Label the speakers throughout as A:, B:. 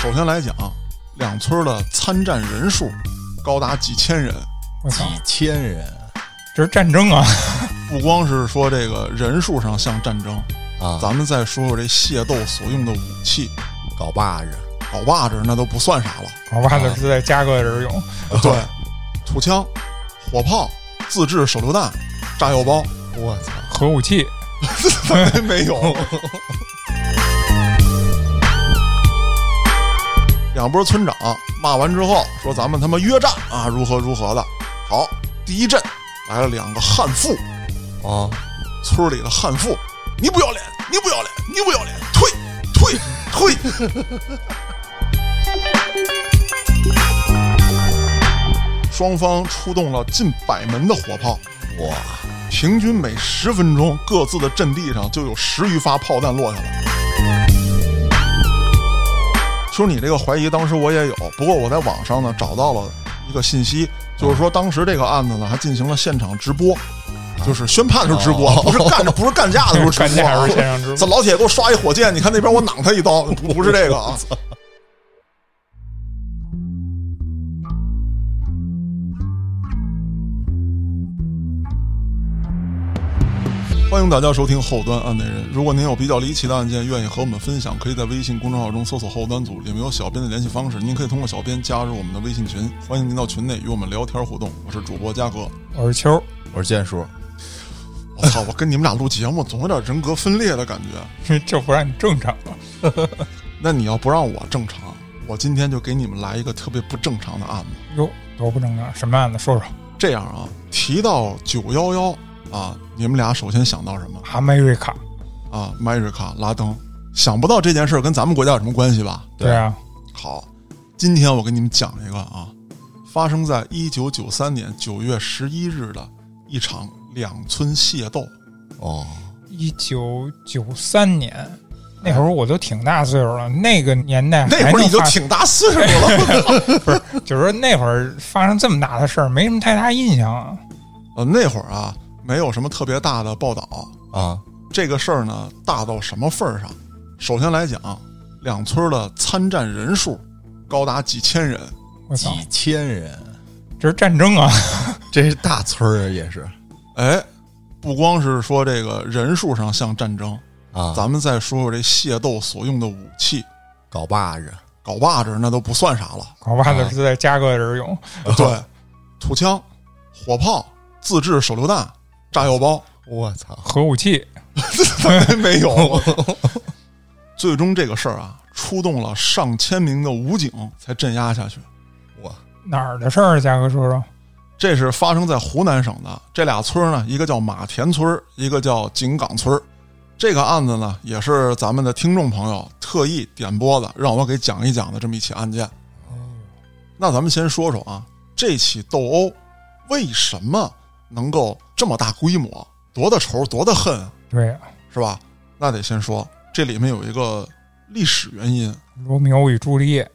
A: 首先来讲，两村的参战人数高达几千人，
B: 我操，
C: 千人
B: 这是战争啊！
A: 不光是说这个人数上像战争，
C: 啊，
A: 咱们再说说这械斗所用的武器，
C: 搞把式，
A: 镐把子那都不算啥了。
B: 我爸
A: 啊
B: 的是在加个人用，
A: 对，土枪、火炮、自制手榴弹、炸药包，
C: 我操，
B: 核武器
A: 没有。两波村长骂完之后，说咱们他妈约战啊，如何如何的。好，第一阵来了两个悍妇，
C: 啊，
A: 村里的悍妇，你不要脸，你不要脸，你不要脸，退退退！双方出动了近百门的火炮，
C: 哇，
A: 平均每十分钟各自的阵地上就有十余发炮弹落下来。说你这个怀疑，当时我也有，不过我在网上呢找到了一个信息，就是说当时这个案子呢还进行了现场直播，就是宣判的时候直播，不是干着不是干架的时候直播啊，
B: 干架时候现场直播
A: 这老铁给我刷一火箭，你看那边我攮他一刀，不不是这个啊。 欢迎大家收听《后端案内人》。如果您有比较离奇的案件，愿意和我们分享，可以在微信公众号中搜索“后端组”，里面有小编的联系方式。您可以通过小编加入我们的微信群，欢迎您到群内与我们聊天互动。我是主播嘉哥。
B: 我是秋，
C: 我是建叔，
A: 我操！我跟你们俩录节目，总有点人格分裂的感觉。
B: 这不让你正常了。
A: 那你要不让我正常，我今天就给你们来一个特别不正常的案子。
B: 哟，多不正常！什么案子？说说。
A: 这样啊，提到九幺幺啊，你们俩首先想到什么
B: 阿梅瑞卡，
A: 啊？迈瑞卡拉登，想不到这件事儿跟咱们国家有什么关系吧？
C: 对
B: 对啊，
A: 好，今天我给你们讲一个啊，发生在一九九三年九月十一日的一场两村械斗。
C: 哦，
B: 一九九三年那会儿我都挺大岁数了，那个年代
A: 那会儿
B: 还能
A: 你就
B: 发
A: 挺大岁数了，
B: 就是说那会儿发生这么大的事儿，没什么太大印象啊。
A: 呃，那会儿啊，没有什么特别大的报道，
C: 啊，
A: 这个事儿呢大到什么份儿上？首先来讲，两村的参战人数高达几千人，
B: 我操，
C: 几千人，
B: 这是战争啊！
C: 这是大村儿啊也是
A: 哎，不光是说这个人数上像战争，
C: 啊，
A: 咱们再说说这械斗所用的武器，
C: 搞把式，
A: 镐把子那都不算啥 了。
B: 搞不好得是在加个人用，
A: 对，土枪、火炮、自制手榴弹、炸药包，
C: 我操，
B: 核武器
A: 没有。最终这个事儿啊，出动了上千名的武警才镇压下去。
C: 我
B: 哪儿的事儿？啊嘉哥说说。
A: 这是发生在湖南省的，这俩村儿呢，一个叫马田村儿，一个叫井岗村儿。这个案子呢，也是咱们的听众朋友特意点播的，让我给讲一讲的这么一起案件。那咱们先说说啊，这起斗殴为什么能够这么大规模，多大仇，多大恨啊，
B: 对啊，
A: 是吧？那得先说这里面有一个历史原因
B: 罗密欧与朱丽叶，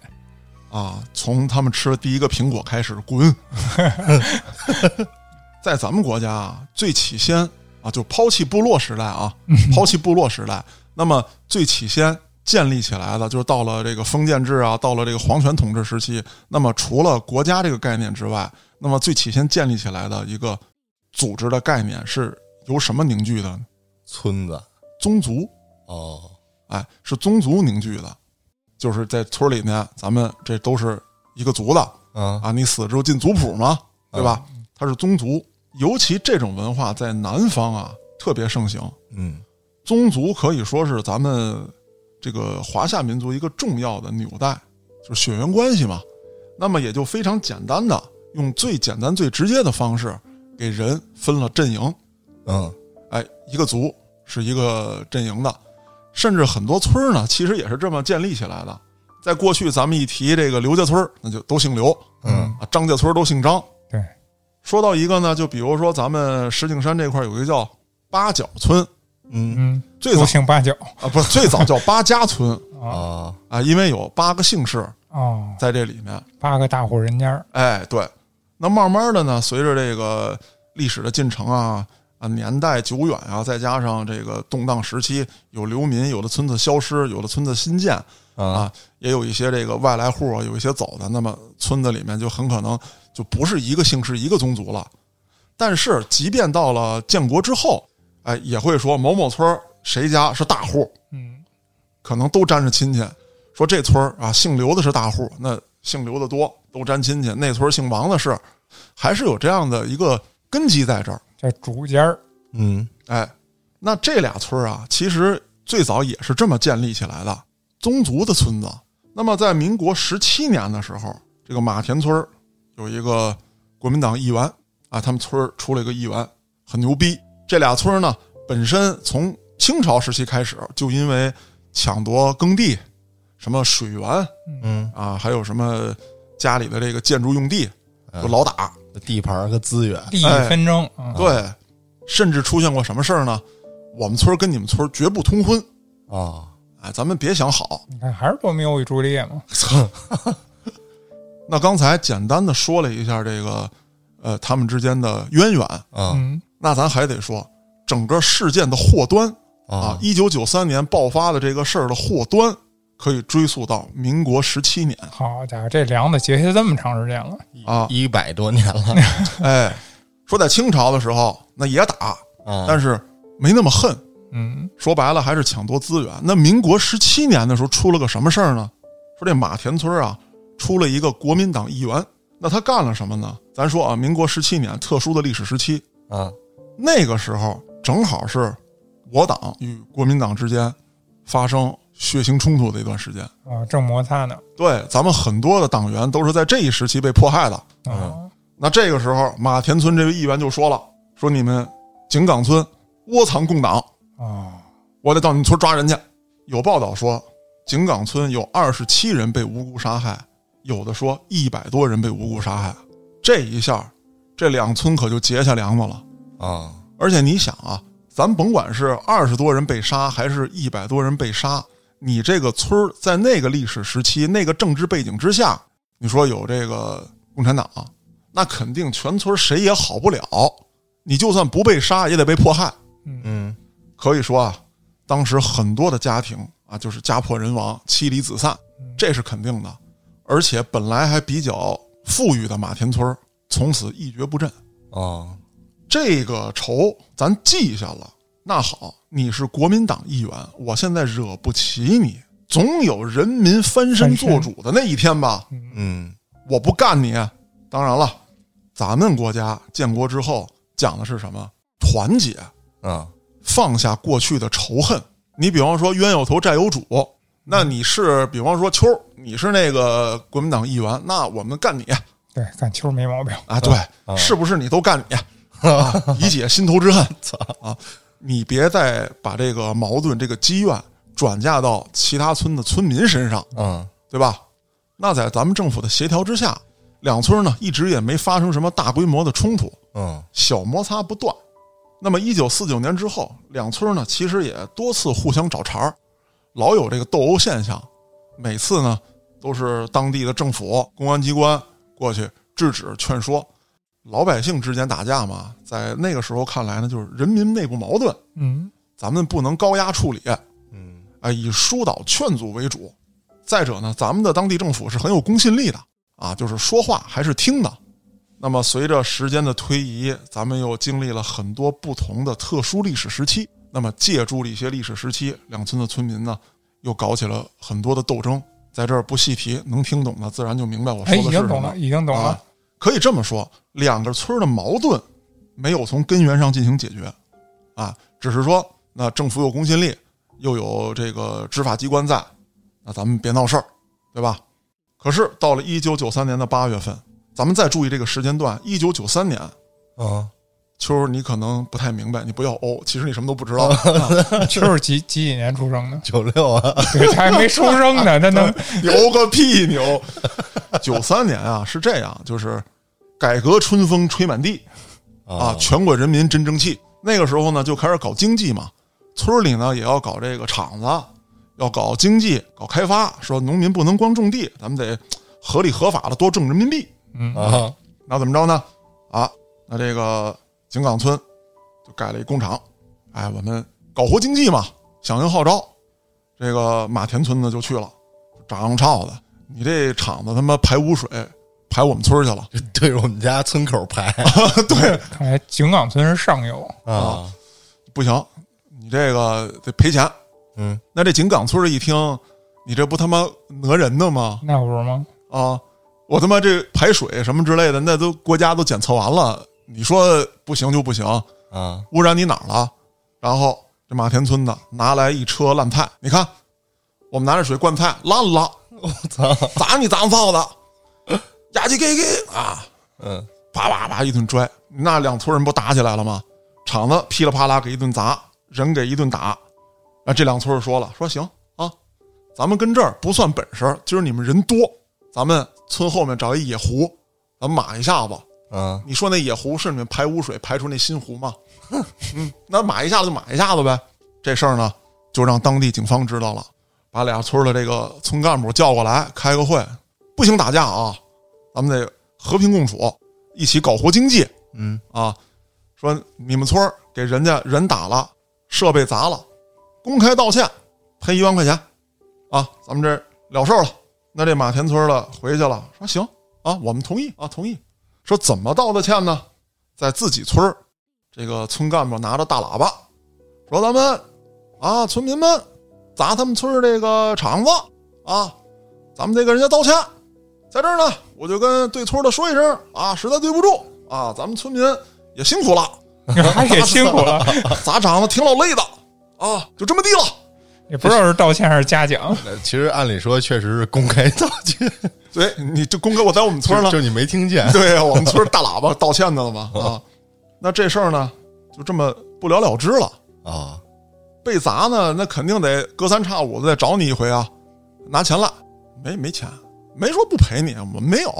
A: 啊，从他们吃的第一个苹果开始滚。在咱们国家啊，最起先啊，就抛弃部落时代啊，抛弃部落时代，那么最起先建立起来的，就是到了这个封建制啊，到了这个皇权统治时期，那么除了国家这个概念之外，那么最起先建立起来的一个组织的概念是由什么凝聚的呢？
C: 村子
A: 宗族。
C: 哦，
A: 哎，是宗族凝聚的，就是在村里面，咱们这都是一个族的
C: 啊
A: 啊。你死之后进族谱嘛，对吧？它是宗族，尤其这种文化在南方啊特别盛行。
C: 嗯，
A: 宗族可以说是咱们这个华夏民族一个重要的纽带，就是血缘关系嘛。那么也就非常简单的用最简单、最直接的方式给人分了阵营。
C: 嗯，
A: 哎，一个族是一个阵营的，甚至很多村儿呢，其实也是这么建立起来的。在过去，咱们一提这个刘家村儿，那就都姓刘，
C: 嗯
A: 啊，张家村儿都姓张。
B: 对，
A: 说到一个呢，就比如说咱们石景山这块儿有一个叫八角村，
C: 嗯
B: 嗯，
A: 最早
B: 都姓八角
A: 啊，不是最早叫八家村
B: 啊
C: 啊，
A: 啊，因为有八个姓氏
B: 哦，
A: 在这里面。
B: 八个大户人家儿，
A: 哎，对，那慢慢的呢，随着这个历史的进程啊啊，年代久远啊，再加上这个动荡时期，有流民，有的村子消失，有的村子新建，
C: 啊
A: 啊也有一些这个外来户啊，有一些走的，那么村子里面就很可能就不是一个姓氏、一个宗族了。但是，即便到了建国之后，哎，也会说某某村儿谁家是大户，
B: 嗯
A: 可能都沾着亲戚。说这村儿啊，姓刘的是大户，那姓刘的多，都沾亲戚；那村儿姓王的是，还是有这样的一个根基在这儿。
B: 叫竹尖儿，
C: 嗯
A: 哎，那这俩村儿啊，其实最早也是这么建立起来的，宗族的村子。那么在民国十七年的时候，这个马田村儿有一个国民党议员啊，他们村儿出了一个议员，很牛逼。这俩村儿呢，本身从清朝时期开始，就因为抢夺耕地、什么水源
C: 嗯，
A: 啊，还有什么家里的这个建筑用地，就老打。
C: 地盘和资源，
B: 利益纷争啊，
A: 对，甚至出现过什么事儿呢？我们村儿跟你们村儿绝不通婚，
C: 啊，
A: 哎，咱们别想好。
B: 你看还是罗密欧与朱丽叶嘛，
A: 那刚才简单的说了一下这个，呃，他们之间的渊源，
C: 啊
B: 嗯
A: 那咱还得说整个事件的祸端啊
C: 啊，，。
A: 一九九三年爆发的这个事儿的祸端，可以追溯到民国十七年
B: 好家伙，这梁子结下这么长时间了，
A: 啊
C: 一百多 年了
A: 哎，说在清朝的时候，那也打，
C: 啊，
A: 但是没那么恨。
B: 嗯，
A: 说白了还是抢夺资源。那民国十七年的时候出了个什么事儿呢？说这马田村啊，出了一个国民党议员。那他干了什么呢？咱说啊，民国十七年特殊的历史时期，
C: 啊，
A: 那个时候正好是我党与国民党之间发生血腥冲突的一段时间。
B: 啊，正摩擦呢，
A: 对，咱们很多的党员都是在这一时期被迫害的。
B: 啊，
A: 那这个时候，马田村这位议员就说了：“说你们井冈村窝藏共党，
B: 啊，
A: 我得到你们村抓人去。有报道说，井冈村有二十七人被无辜杀害，有的说一百多人被无辜杀害。这一下，这两村可就结下梁子了。
C: 啊，
A: 而且你想啊，咱甭管是二十多人被杀，还是一百多人被杀，你这个村儿在那个历史时期、那个政治背景之下，你说有这个共产党，那肯定全村谁也好不了。你就算不被杀，也得被迫害。
C: 嗯
A: 可以说啊，当时很多的家庭啊，就是家破人亡、妻离子散，这是肯定的。而且本来还比较富裕的马田村儿，从此一蹶不振。
C: 啊，
A: 这个仇咱记下了。那好，你是国民党议员，我现在惹不起你，总有人民翻身做主的那一天吧？
C: 嗯
A: 我不干你。当然了，咱们国家建国之后讲的是什么？团结。
C: 啊，
A: 放下过去的仇恨。你比方说冤有头债有主，那你是比方说秋儿，你是那个国民党议员，那我们干你
B: 对，干秋没毛病，
A: 啊！对，
C: 啊
A: 是不是你都干你？ 啊、以解心头之恨。操啊！你别再把这个矛盾、这个积怨转嫁到其他村的村民身上，
C: 嗯
A: 对吧？那在咱们政府的协调之下，两村呢一直也没发生什么大规模的冲突。
C: 嗯
A: 小摩擦不断。那么，一九四九年之后，两村呢其实也多次互相找茬儿，老有这个斗殴现象。每次呢都是当地的政府、公安机关过去制止、劝说。老百姓之间打架嘛，在那个时候看来呢，就是人民内部矛盾，
B: 嗯
A: 咱们不能高压处理，
C: 嗯
A: 哎，以疏导劝阻为主。再者呢，咱们的当地政府是很有公信力的啊，就是说话还是听的。那么随着时间的推移，咱们又经历了很多不同的特殊历史时期。那么借助了一些历史时期，两村的村民呢，又搞起了很多的斗争。在这儿不细提，能听懂的自然就明白我
B: 哎，
A: 说
B: 已
A: 的是什
B: 经
A: 么。
B: 懂了，已经懂
A: 啊
B: 了，。
A: 可以这么说，两个村儿的矛盾没有从根源上进行解决，啊，只是说那政府有公信力，又有这个执法机关在，那咱们别闹事儿，对吧？可是到了一九九三年的八月份，咱们再注意这个时间段，一九九三年，
C: 啊，？
A: 秋儿你可能不太明白，你不要哦，其实你什么都不知道。啊
B: 秋儿几几几年出生的
C: 九六啊，
B: 对，他还没出生呢，他能
A: 牛个屁牛！九三年啊，是这样，就是改革春风吹满地
C: 哦
A: 啊，全国人民真争气。那个时候呢，就开始搞经济嘛，村儿里呢也要搞这个厂子，要搞经济，搞开发。说农民不能光种地，咱们得合理合法的多挣人民币。
C: 啊，
A: 那怎么着呢？啊，那这个井冈村就盖了一工厂，哎，我们搞活经济嘛，响应号召，这个马田村呢就去了，炸洋炒的，你这厂子他妈排污水排我们村儿去了。
C: 就 对着我们家村口排
B: 看来井冈村是上游，
C: 啊，
A: 不行，你这个得赔钱。
C: 嗯，
A: 那这井冈村儿一听，你这不他妈讹人的吗？
B: 那不是 吗？
A: 啊，我他妈这排水什么之类的，那都国家都检测完了，你说不行就不行，
C: 啊，
A: 污染你哪儿了？然后这马田村的拿来一车烂菜，你看，我们拿着水灌菜烂了，
C: 我操，
A: 砸你杂 造的，呀唧给给啊，
C: 嗯
A: 啪啪啪一顿拽，那两村人不打起来了吗？厂子噼里啪啦给一顿砸，人给一顿打，啊，这两村儿说了，说行啊，咱们跟这儿不算本事，今儿你们人多，咱们村后面找一野湖，咱们码一下子。
C: 啊，
A: 你说那野湖是你们排污水排出那新湖吗？嗯，那码一下子就码一下子呗。这事儿呢，就让当地警方知道了，把俩村儿的这个村干部叫过来开个会，不行打架啊，咱们得和平共处，一起搞活经济
C: 嗯
A: 啊。说你们村儿给人家人打了，设备砸了，公开道歉，赔一万块钱啊，咱们这了事儿了。那这马田村儿的回去了，说行啊，我们同意啊，同意。说怎么道的歉呢？在自己村儿，这个村干部拿着大喇叭，说咱们啊，村民们砸他们村儿这个厂子啊，咱们得给人家道歉。在这儿呢，我就跟对村儿的说一声啊，实在对不住啊，咱们村民也辛 苦了，
B: 他也辛苦 了，
A: 砸厂子挺老累的啊，就这么地了。
B: 也不知道是道歉还是 嘉奖。
C: 那呃其实按理说确实是公开道歉，
A: 对，你这公哥，我在我们村儿呢
C: 就，就你没听见，
A: 对啊我们村儿大喇叭道歉的了嘛啊，那这事儿呢，就这么不了了之了。
C: 啊，
A: 被砸呢，那肯定得隔三差五的再找你一回啊，拿钱来，没没钱，没说不赔你，我们没有，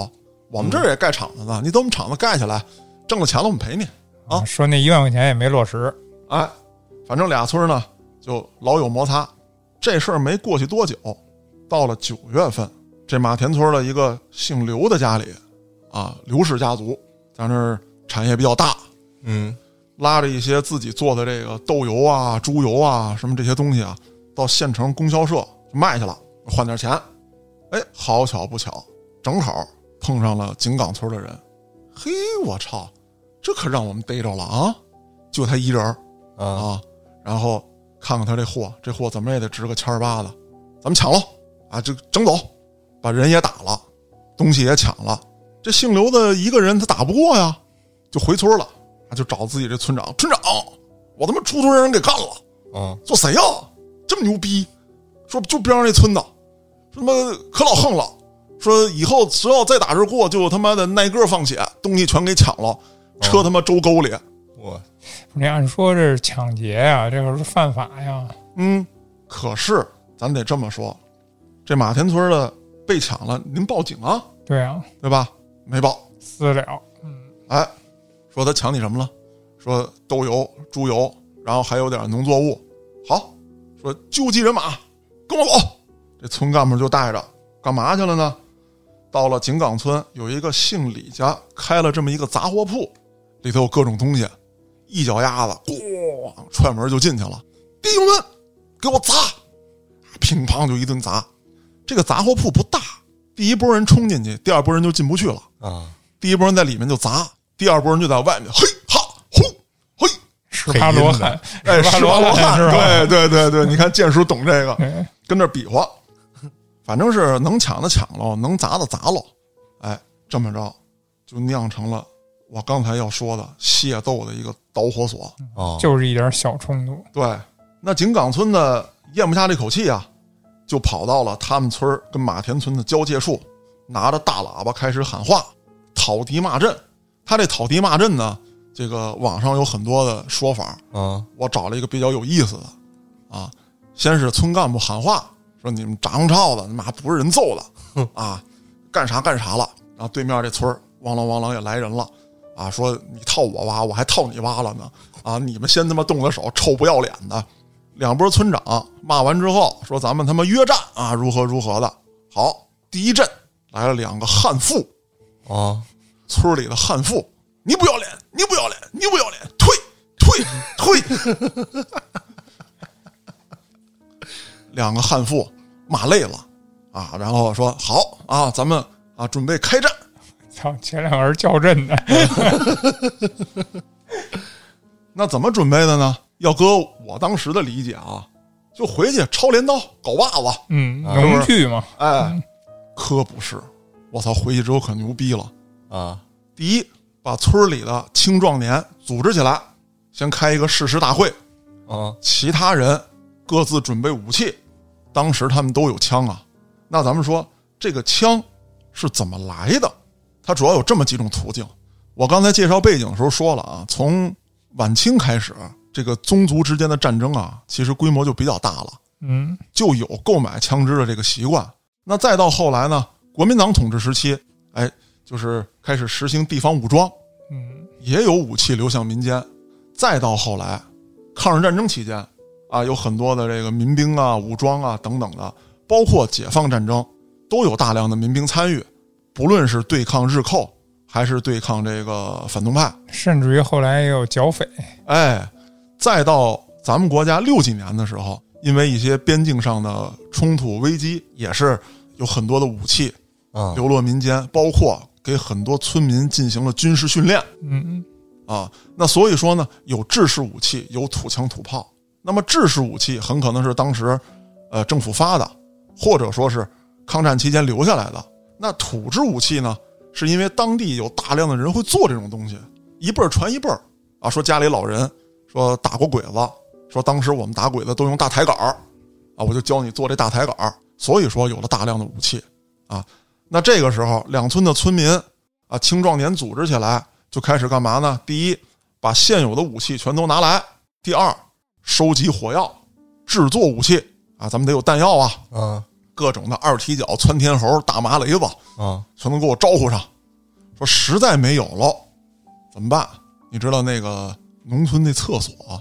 A: 我们这儿也盖厂子呢，你等我们厂子盖起来，挣了钱了我们赔你。啊
B: 说那一万块钱也没落实，
A: 哎，反正俩村儿呢就老有摩擦，这事儿没过去多久，到了九月份，这马田村的一个姓刘的家里，啊，刘氏家族在那儿产业比较大，
C: 嗯
A: 拉着一些自己做的这个豆油啊、猪油啊什么这些东西啊，到县城供销社就卖去了，换点钱。哎，好巧不巧，正好碰上了井冈村的人。嘿，我操，这可让我们逮着了啊！就他一人儿
C: 啊
A: 啊，然后看看他这货，这货怎么也得值个千儿八的，咱们抢喽啊，就整走，把人也打了，东西也抢了。这姓刘的一个人他打不过呀，就回村了，他就找自己这村长，村长，我他妈出村让人给干了，
C: 啊
A: 说谁呀、这么牛逼？说就边上那村的，说他妈可老横了，说以后只要再打这过，就他妈的挨个放血，东西全给抢了，车他妈周沟里。
C: 我
B: 你按说这是抢劫呀、这可是犯法呀。
A: 嗯，可是咱得这么说，这马田村的被抢了，您报警啊，
B: 对啊，
A: 对吧？没报，
B: 私了，嗯，
A: 哎，说他抢你什么了？说豆油、猪油，然后还有点农作物。好，说纠集人马，跟我走。这村干部就带着，干嘛去了呢？到了井冈村，有一个姓李家开了这么一个杂货铺，里头有各种东西。一脚丫子，咣，踹门就进去了。弟兄们，给我砸！啊乒乓就一顿砸。这个杂货铺不大，第一波人冲进去，第二波人就进不去了。
C: 啊，
A: 第一波人在里面就砸，第二波人就在外面嘿哈轰嘿，
B: 十八罗汉，
A: 哎，
B: 十八
A: 施瓦罗
B: 汉
A: 汉，
B: 是吧？哎
A: 对对对对，你看剑叔懂这个，
B: 对，
A: 跟这比划，反正是能抢的抢喽，能砸的砸喽，哎，这么着就酿成了我刚才要说的械斗的一个导火索。
C: 哦，
B: 就是一点小冲突，
A: 对，那井冈村呢咽不下这口气啊，就跑到了他们村儿跟马田村的交界处，拿着大喇叭开始喊话，讨敌骂阵。他这讨敌骂阵呢，这个网上有很多的说法，
C: 啊
A: 我找了一个比较有意思的啊，先是村干部喊话说你们长超的，他妈不是人揍的啊，干啥干啥了。然后对面这村儿汪啷汪啷也来人了啊，说你套我挖，我还套你挖了呢啊！你们先他妈动的手，臭不要脸的！两波村长骂完之后说咱们他妈约战啊，如何如何的。好，第一阵来了两个悍妇，
C: 啊，
A: 村里的悍妇，你不要脸，你不要脸，你不要脸，退退退！ 两个悍妇骂累了，啊，然后说好啊，咱们啊准备开战。
B: 操，前两个人较真呢，
A: 那怎么准备的呢？要搁我当时的理解啊，就回去抄镰刀、镐把子，
B: 嗯，
C: 啊
B: 农具嘛，
A: 哎，可不是。我操，回去之后可牛逼了。
C: 啊，
A: 第一，把村里的青壮年组织起来，先开一个誓师大会，
C: 啊，
A: 其他人各自准备武器。当时他们都有枪啊。那咱们说这个枪是怎么来的？它主要有这么几种途径。我刚才介绍背景的时候说了啊，从晚清开始，这个宗族之间的战争啊，其实规模就比较大了。
B: 嗯
A: 就有购买枪支的这个习惯。那再到后来呢，国民党统治时期，哎，就是开始实行地方武装，
B: 嗯
A: 也有武器流向民间。再到后来，抗日战争期间，啊，有很多的这个民兵啊、武装啊等等的，包括解放战争，都有大量的民兵参与，不论是对抗日寇，还是对抗这个反动派，
B: 甚至于后来也有剿匪，
A: 哎，再到咱们国家六几年的时候，因为一些边境上的冲突危机，也是有很多的武器
C: 啊，
A: 流落民间，包括给很多村民进行了军事训练
B: 嗯
A: 啊。那所以说呢，有制式武器，有土枪土炮。那么制式武器很可能是当时呃政府发的，或者说是抗战期间留下来的。那土制武器呢，是因为当地有大量的人会做这种东西，一辈儿传一辈儿啊。说家里老人说打过鬼子，说当时我们打鬼子都用大抬杆儿啊，我就教你做这大抬杆儿。所以说有了大量的武器啊。那这个时候，两村的村民啊，青壮年组织起来就开始干嘛呢？第一，把现有的武器全都拿来；第二，收集火药，制作武器啊，咱们得有弹药啊，
C: 啊，
A: 各种的二踢脚、窜天猴、大麻雷子，
C: 啊，
A: 全都给我招呼上。说实在没有了，怎么办？你知道那个农村那厕所，啊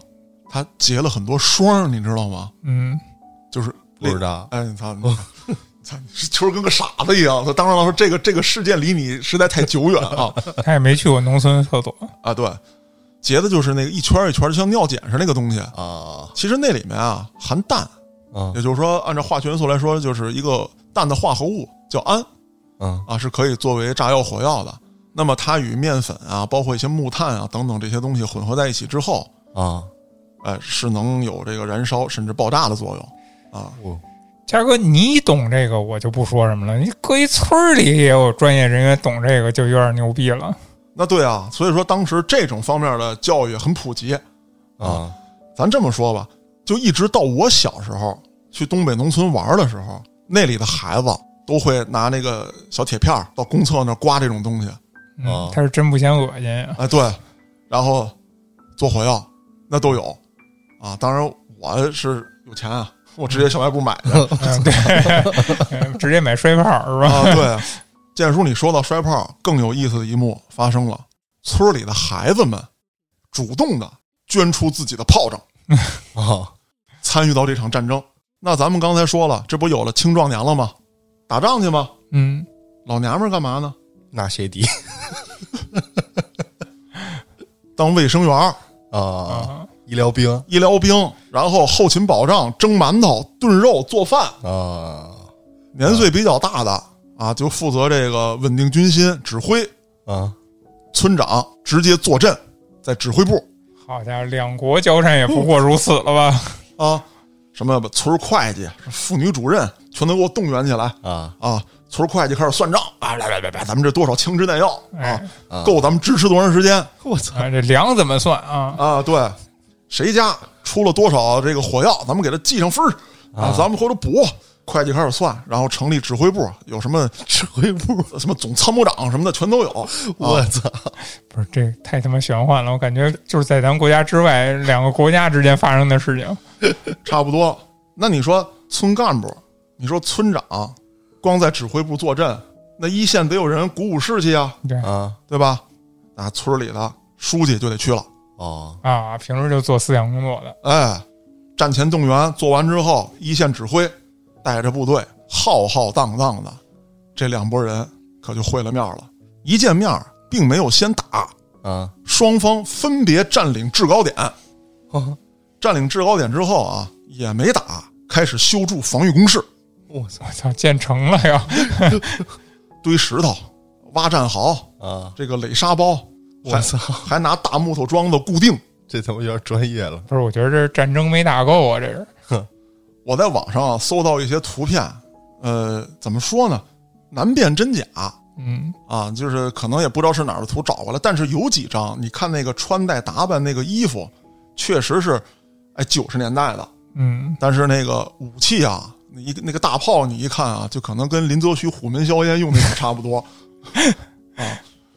A: 它结了很多霜，你知道吗？
B: 嗯，
A: 就是
C: 不知道，
A: 哎，你操！你 操！你是球跟个傻子一样。当然了，说这个这个事件离你实在太久远啊
B: 他也没去过农村厕所，
A: 啊！对，结的就是那个一圈一圈，就像尿碱似的那个东西。
C: 啊，
A: 其实那里面啊含氮，
C: 啊，
A: 也就是说，按照化学元素来说，就是一个氮的化合物叫氨
C: 啊，
A: 啊，是可以作为炸药、火药的。那么它与面粉啊，包括一些木炭啊等等这些东西混合在一起之后，
C: 啊，
A: 哎，是能有这个燃烧甚至爆炸的作用啊。
C: 我，
B: 嘉哥，你懂这个，我就不说什么了。你搁一村儿里也有专业人员懂这个，就有点牛逼了。
A: 那对啊，所以说当时这种方面的教育很普及，
C: 啊，
A: 咱这么说吧，就一直到我小时候去东北农村玩的时候，那里的孩子都会拿那个小铁片儿到公厕那儿刮这种东西，
C: 啊
B: 嗯，他是真不嫌恶心啊呀。
A: 哎，对，然后做火药，那都有啊。当然我是有钱啊，我直接小卖部买去
B: 嗯，对，嗯 直接买摔炮是吧？
A: 啊。对，建叔，你说到摔炮，更有意思的一幕发生了，村里的孩子们主动的捐出自己的炮仗。
C: 啊，
A: 参与到这场战争。那咱们刚才说了，这不有了青壮年了吗？打仗去吗？
B: 嗯，
A: 老娘们儿干嘛呢？
C: 纳鞋底
A: 当卫生员儿、
C: 啊，
B: 啊，
C: 医疗兵
A: 医疗兵，然后后勤保障、蒸馒头、炖肉、做饭。
C: 啊，
A: 年岁比较大的啊，就负责这个稳定军心、指挥。
C: 啊，
A: 村长直接坐镇在指挥部
B: 好家伙，两国交战也不过如此了吧？
A: 啊，什么村儿会计、妇女主任，全都给我动员起来
C: 啊，
A: 啊！村儿会计开始算账啊，来来来来，咱们这多少枪支弹药
B: 哎
A: 啊，够咱们支持多长时间？
C: 我操，
B: 啊，这粮怎么算啊？
A: 啊，对，谁家出了多少这个火药，咱们给他记上分儿啊，咱们回头补。会计开始算，然后成立指挥部，有什么
C: 指挥部，
A: 什么总参谋长什么的全都有。啊
C: 我操，
B: 不是，这太他妈玄幻了！我感觉就是在咱国家之外，两个国家之间发生的事情。
A: 差不多。那你说村干部，你说村长，光在指挥部坐镇，那一线得有人鼓舞士气啊，
B: 对
C: 啊，
A: 对吧？那村里的书记就得去了，
C: 哦，
B: 啊，平时就做思想工作的，
A: 哎，战前动员做完之后，一线指挥带着部队浩浩荡荡的，这两拨人可就会了面了。一见面，并没有先打，
C: 啊，
A: 双方分别占领制高点。占领制高点之后啊，也没打，开始修筑防御工事。
C: 我操
B: 我操，建成了呀！
A: 堆石头、挖战壕、
C: 啊！
A: 这个垒沙包，
C: 我操，
A: 还拿大木头桩子固定。
C: 这他妈有点专业了
B: 不是，我觉得这是战争没打够啊，这是
A: 我在网上、啊、搜到一些图片，呃，怎么说呢，难辨真假
B: 嗯
A: 啊，就是可能也不知道是哪儿的图找过来，但是有几张，你看那个穿戴打扮，那个衣服，确实是，哎，九十年代的，
B: 嗯，
A: 但是那个武器啊，一个那个大炮，你一看啊，就可能跟林则徐虎门销烟用那种差不多啊，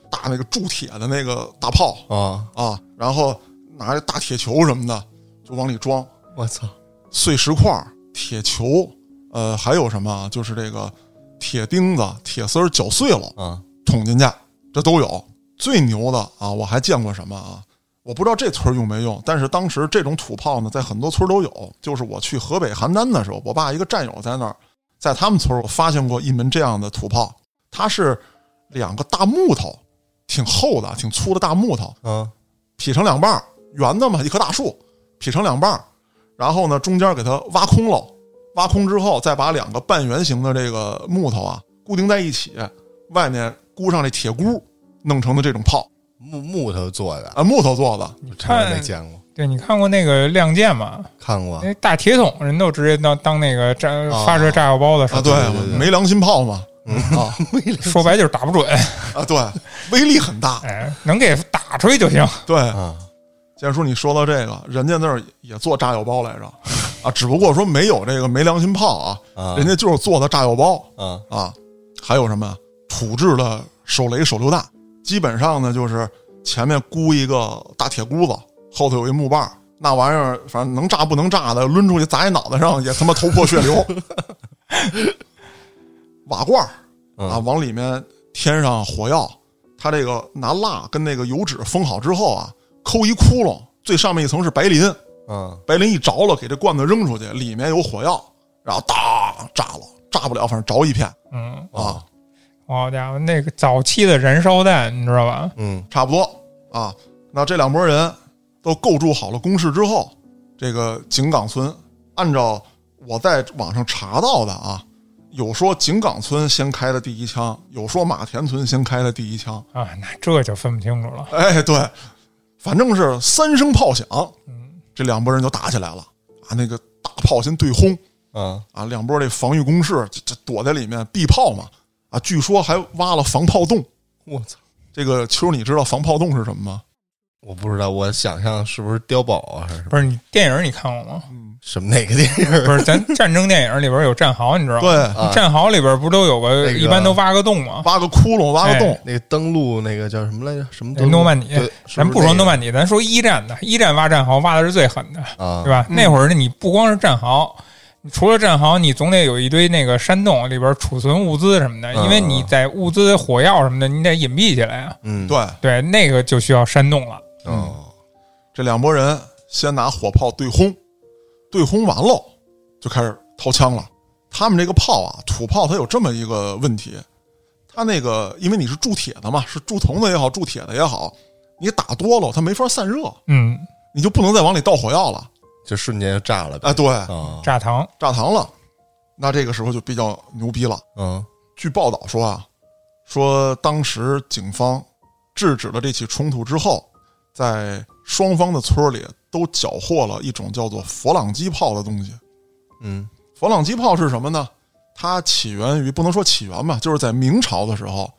A: 大那个铸铁的那个大炮
C: 啊！
A: 啊，然后拿着大铁球什么的就往里装
C: 我操，
A: 碎石块儿、铁球，呃，还有什么啊就是这个铁钉子、铁丝儿绞碎了
C: 啊
A: 捅进去，这都有。最牛的啊，我还见过什么啊？我不知道这村儿用没用，但是当时这种土炮呢，在很多村儿都有。就是我去河北邯郸的时候，我爸一个战友在那儿，在他们村儿我发现过一门这样的土炮，它是两个大木头，挺厚的、挺粗的大木头，
C: 啊！
A: 劈成两半儿，圆的嘛，一棵大树劈成两半儿，然后呢中间给它挖空了，挖空之后再把两个半圆形的这个木头啊固定在一起，外面箍上这铁箍，弄成的这种炮
C: 木木头做的，
A: 啊，木头做 的。
B: 你
C: 我从来
B: 看
C: 没，见过，
B: 对你看过那个《亮剑》吗？
C: 看过
B: 那大铁桶人都直接当当那个炸
C: 啊
B: 发射炸药包的时
A: 啊啊，
B: 候，
A: 对
C: 对对对嗯
A: 没良心炮嘛，啊
B: 说白就是打不 准，
A: 啊，对，威力很 大。
B: 哎，能给打出去就行。
A: 对，
C: 啊
A: 建叔，你说到这个，人家那儿也做炸药包来着，啊，只不过说没有这个没良心炮啊，
C: 啊！
A: 人家就是做的炸药包，
C: 啊
A: 啊，还有什么土制的手雷、手榴弹，基本上呢就是前面箍一个大铁箍子，后头有一木把儿，那玩意儿反正能炸不能炸的，抡出去砸一脑袋上也他妈头破血流。 瓦罐儿啊，
C: 嗯
A: 往里面添上火药，它这个拿蜡跟那个油纸封好之后啊，抠一窟窿，最上面一层是白磷，
C: 啊
A: 白磷一着了，给这罐子扔出去，里面有火药，然后当炸了，炸不了，反正着一片
B: 嗯，
A: 啊。
B: 好哦家伙，那个早期的燃烧弹，你知道吧？
C: 嗯
A: 差不多啊。那这两拨人都构筑好了工事之后，这个井冈村，按照我在网上查到的啊，有说井冈村先开的第一枪，有说马田村先开的第一枪。
B: 啊，那这就分不清楚了。
A: 哎，对，反正是三声炮响，
B: 嗯，
A: 这两拨人就打起来了啊。那个大炮先对轰
C: 啊
A: 啊，两拨这防御工事这这躲在里面避炮嘛啊，据说还挖了防炮洞。
C: 我操！
A: 这个秋儿，你知道防炮洞是什么吗？
C: 我不知道，我想象是不是碉堡啊，还是
B: 不是你电影你看过吗？
C: 什么哪个电影 儿
B: 不是，咱战争电影里边有战壕，你知道吗？
A: 对，
C: 啊？
B: 战壕里边不都有个，
C: 那个
B: 一般都挖个洞吗？
A: 挖个窟窿，挖个洞，
C: 那个登陆那个叫什么来着？什么登陆？
B: 哎诺曼底
C: 对，
B: 咱不说诺
C: 曼
B: 曼底，咱说一战的，一战挖战壕挖的是最狠的，
C: 啊
B: 对吧？那会儿呢，你不光是战壕，你除了战壕，你总得有一堆那个山洞里边储存物资什么的，
C: 嗯
B: 因为你在物资、火药什么的，你得隐蔽起来啊。
C: 嗯，
A: 对，
B: 对，那个就需要山洞了。
C: 哦，
A: 这两拨人先拿火炮对轰，对轰完喽，就开始掏枪了。他们这个炮啊，土炮它有这么一个问题，它那个因为你是铸铁的嘛，是铸铜的也好，铸铁的也好，你打多了它没法散热，
B: 嗯，
C: 哦
A: 你就不能再往里倒火药了。
C: 就瞬间就炸了呗
A: 哎，对，
C: 啊
B: 炸膛，
A: 炸膛了，那这个时候就比较牛逼了。
C: 嗯
A: 据报道说啊，说当时警方制止了这起冲突之后，在双方的村儿里都缴获了一种叫做佛朗机炮的东西。
C: 嗯
A: 佛朗机炮是什么呢？它起源于不能说起源吧，就是在明朝的时候，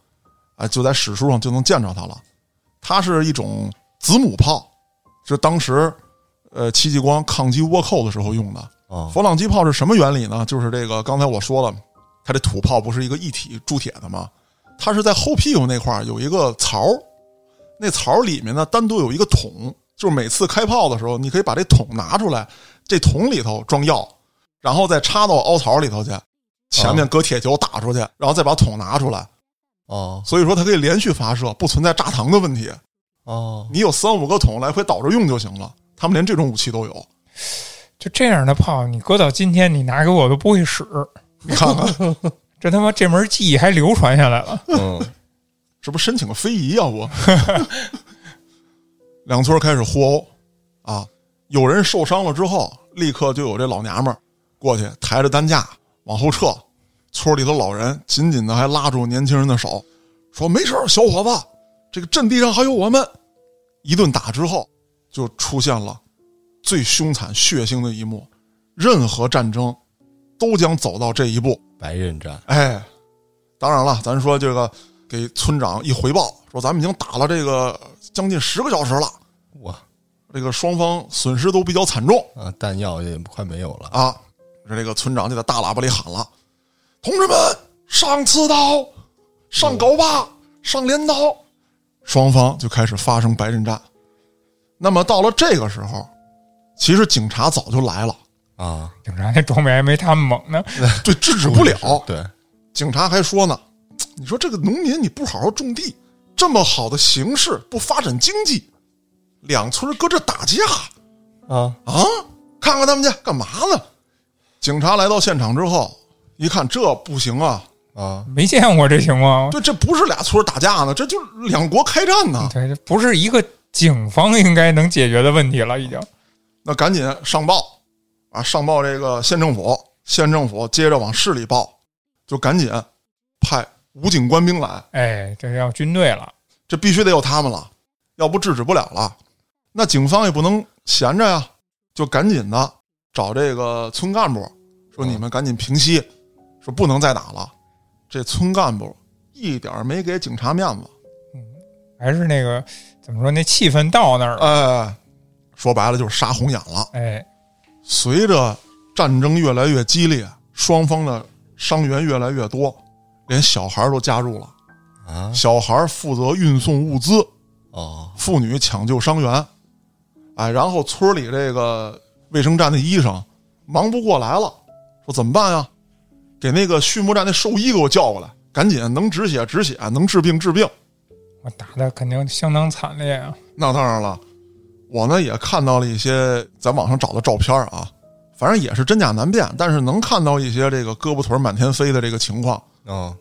A: 啊，就在史书上就能见着它了。它是一种子母炮，是当时呃戚继光抗击倭寇的时候用的。
C: 哦
A: 佛朗机炮是什么原理呢？就是这个，刚才我说了，它这土炮不是一个一体铸铁的吗？它是在后屁股那块儿有一个槽儿，那槽儿里面呢单独有一个桶，就是每次开炮的时候，你可以把这桶拿出来，这桶里头装药，然后再插到凹槽里头去，前面搁铁球打出去，然后再把桶拿出来。
C: 哦
A: 所以说它可以连续发射，不存在炸膛的问题。
C: 哦
A: 你有三五个桶来回倒着用就行了。他们连这种武器都有，
B: 就这样的炮，你搁到今天，你拿给我都不会使。
A: 你看看，
B: 这他妈这门技艺还流传下来了。
C: 嗯
A: 这不申请个非遗啊？我 两村开始互殴啊，有人受伤了之后，立刻就有这老娘们儿过去抬着担架往后撤，村里的老人紧紧的还拉住年轻人的手，说：“没事儿，小伙子，这个阵地上还有我们。”一顿打之后，就出现了最凶残血腥的一幕。任何战争都将走到这一步。
C: 白刃战，
A: 哎，当然了，咱说这个给村长一回报，说咱们已经打了这个将近十个小时了，
C: 哇
A: 这个双方损失都比较惨重。
C: 啊，弹药也快没有了，
A: 啊，这这个村长就在大喇叭里喊了：“同志们，上刺刀，上镐把，上镰刀！”双方就开始发生白刃战。那么到了这个时候，其实警察早就来了，
C: 啊，
B: 警察那装备还没他们猛呢。
A: 对，制止不了。
C: 对，
A: 警察还说呢：“你说这个农民，你不好好种地，这么好的形势，不发展经济，两村搁这打架
C: 啊，
A: 啊？看看他们去，干嘛呢？”警察来到现场之后，一看这不行啊，
C: 啊，
B: 没见过这情况，
A: 对，这不是俩村儿打架呢，这就两国开战呢。
B: 对，这不是一个警方应该能解决的问题了，已经。
A: 那赶紧上报啊，上报这个县政府，县政府接着往市里报，就赶紧派武警官兵来，
B: 哎，这要军队了，
A: 这必须得有他们了，要不制止不了了。那警方也不能闲着呀，就赶紧的找这个村干部，说
C: 嗯
A: 你们赶紧平息，说不能再打了。这村干部一点儿没给警察面子，
B: 还是那个怎么说，那气氛到那儿了。
A: 哎，说白了就是杀红眼了。
B: 哎，
A: 随着战争越来越激烈，双方的伤员越来越多，连小孩都加入了。
C: 啊，
A: 小孩负责运送物资，
C: 哦，
A: 妇女抢救伤员。哎，然后村里这个卫生站的医生忙不过来了，说怎么办呀？给那个畜牧站那兽医给我叫过来，赶紧能止血止血，能治病治病。
B: 我打的肯定相当惨烈啊！
A: 那当然了，我呢也看到了一些在网上找的照片啊，反正也是真假难辨，但是能看到一些这个胳膊腿满天飞的这个情况。
C: 哦，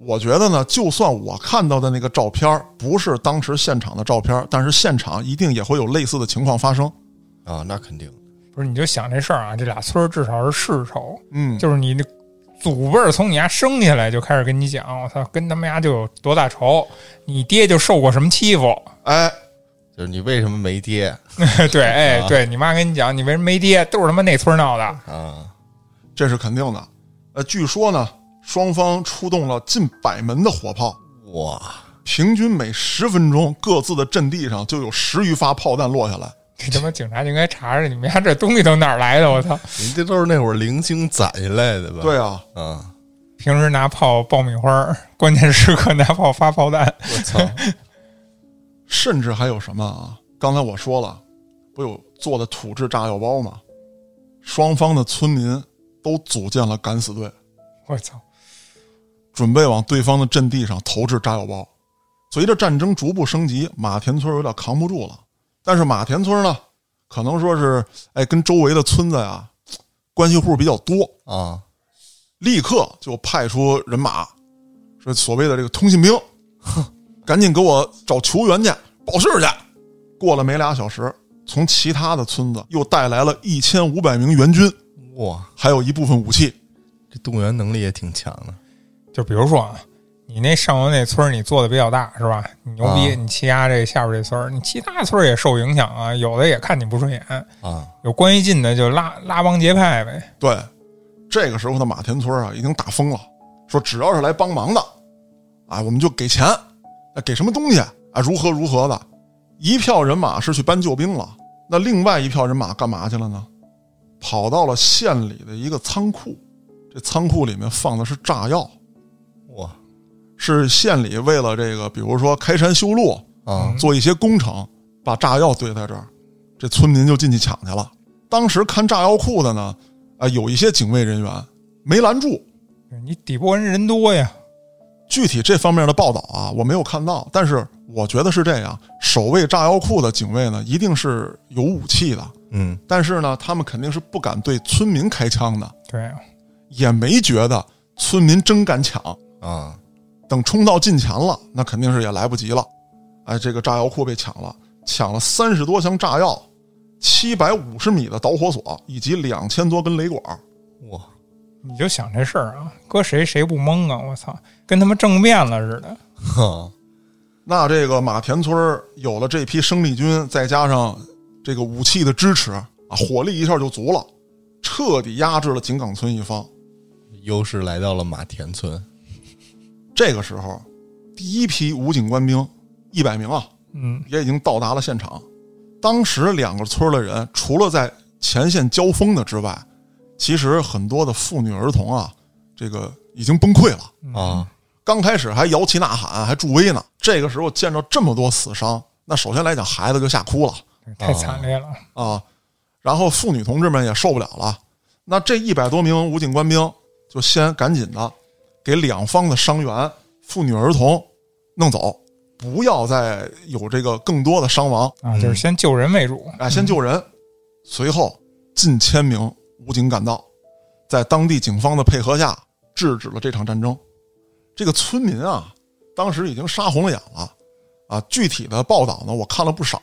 A: 我觉得呢，就算我看到的那个照片不是当时现场的照片，但是现场一定也会有类似的情况发生。
C: 啊，那肯定，
B: 不是，你就想这事儿啊，这俩村儿至少是世仇，
A: 嗯，
B: 就是你那祖辈儿从你家生下来就开始跟你讲，我操，跟他们家就有多大仇，你爹就受过什么欺负。
A: 哎，
C: 就是你为什么没爹
B: 对，哎，
C: 啊
B: 对你妈跟你讲，你为什么没爹，都是他妈那村儿闹的。
C: 啊？
A: 这是肯定的。呃，据说呢，双方出动了近百门的火炮，
C: 哇，
A: 平均每十分钟各自的阵地上就有十余发炮弹落下来。
B: 这他妈警察就应该查查你们家这东西都哪儿来的，我操！
C: 你这都是那会儿零星攒下来的吧？
A: 对啊，
C: 啊，
B: 平时拿炮爆米花儿， 关键时刻拿炮发炮弹。
C: 我操，
A: 甚至还有什么啊？刚才我说了，不有做的土制炸药包吗？双方的村民都组建了敢死队，
B: 我操！
A: 准备往对方的阵地上投掷炸药包。随着战争逐步升级，马田村有点扛不住了。但是马田村呢，可能说是哎跟周围的村子呀关系户比较多，
C: 啊，
A: 立刻就派出人马，说所谓的这个通信兵， 哼赶紧给我找球员去报信儿去。过了没俩小时，从其他的村子又带来了一千五百名援军，
C: 哇，
A: 还有一部分武器。
C: 这动员能力也挺强的。
B: 就比如说啊，你那上游那村儿你做的比较大是吧？你牛逼，
C: 啊
B: 你欺压这下边这村儿，你其他村儿也受影响啊，有的也看你不顺眼，
C: 啊，
B: 有关系近的就拉拉帮结派呗。
A: 对，这个时候的马田村啊，已经打疯了，说只要是来帮忙的，啊，我们就给钱，啊，给什么东西啊，如何如何的。一票人马是去搬救兵了，那另外一票人马干嘛去了呢？跑到了县里的一个仓库，这仓库里面放的是炸药，
C: 哇
A: 是县里为了这个，比如说开山修路，
C: 啊
A: 做一些工程，把炸药堆在这儿，这村民就进去抢去了。当时看炸药库的呢，啊，有一些警卫人员没拦住。
B: 你底部人人多呀，
A: 具体这方面的报道啊，我没有看到，但是我觉得是这样：守卫炸药库的警卫呢，一定是有武器的，
C: 嗯
A: 但是呢，他们肯定是不敢对村民开枪的，
B: 对，啊
A: 也没觉得村民真敢抢。
C: 啊
A: 等冲到近前了，那肯定是也来不及了。哎，这个炸药库被抢了，抢了三十多箱炸药，七百五十米的导火索以及两千多根雷管。
C: 哇
B: 你就想这事儿啊，搁谁谁不懵啊！我操，跟他妈政变了似的。
C: 哼，
A: 那这个马田村儿有了这批生力军，再加上这个武器的支持啊，火力一下就足了，彻底压制了井冈村一方。
C: 优势来到了马田村，
A: 这个时候，第一批武警官兵一百名啊，
B: 嗯，
A: 也已经到达了现场。当时两个村儿的人，除了在前线交锋的之外，其实很多的妇女儿童啊，这个已经崩溃了。
C: 啊，
A: 刚开始还摇旗呐喊，还助威呢。这个时候见着这么多死伤，那首先来讲，孩子就吓哭了
B: 太惨烈了。
A: 啊。然后妇女同志们也受不了了。那这一百多名武警官兵就先赶紧的给两方的伤员、妇女儿童弄走，不要再有这个更多的伤亡。
B: 啊，就是先救人为主。
A: 嗯啊，先救人。随后，近千名武警赶到，在当地警方的配合下，制止了这场战争。这个村民啊，当时已经杀红了眼了啊。具体的报道呢，我看了不少，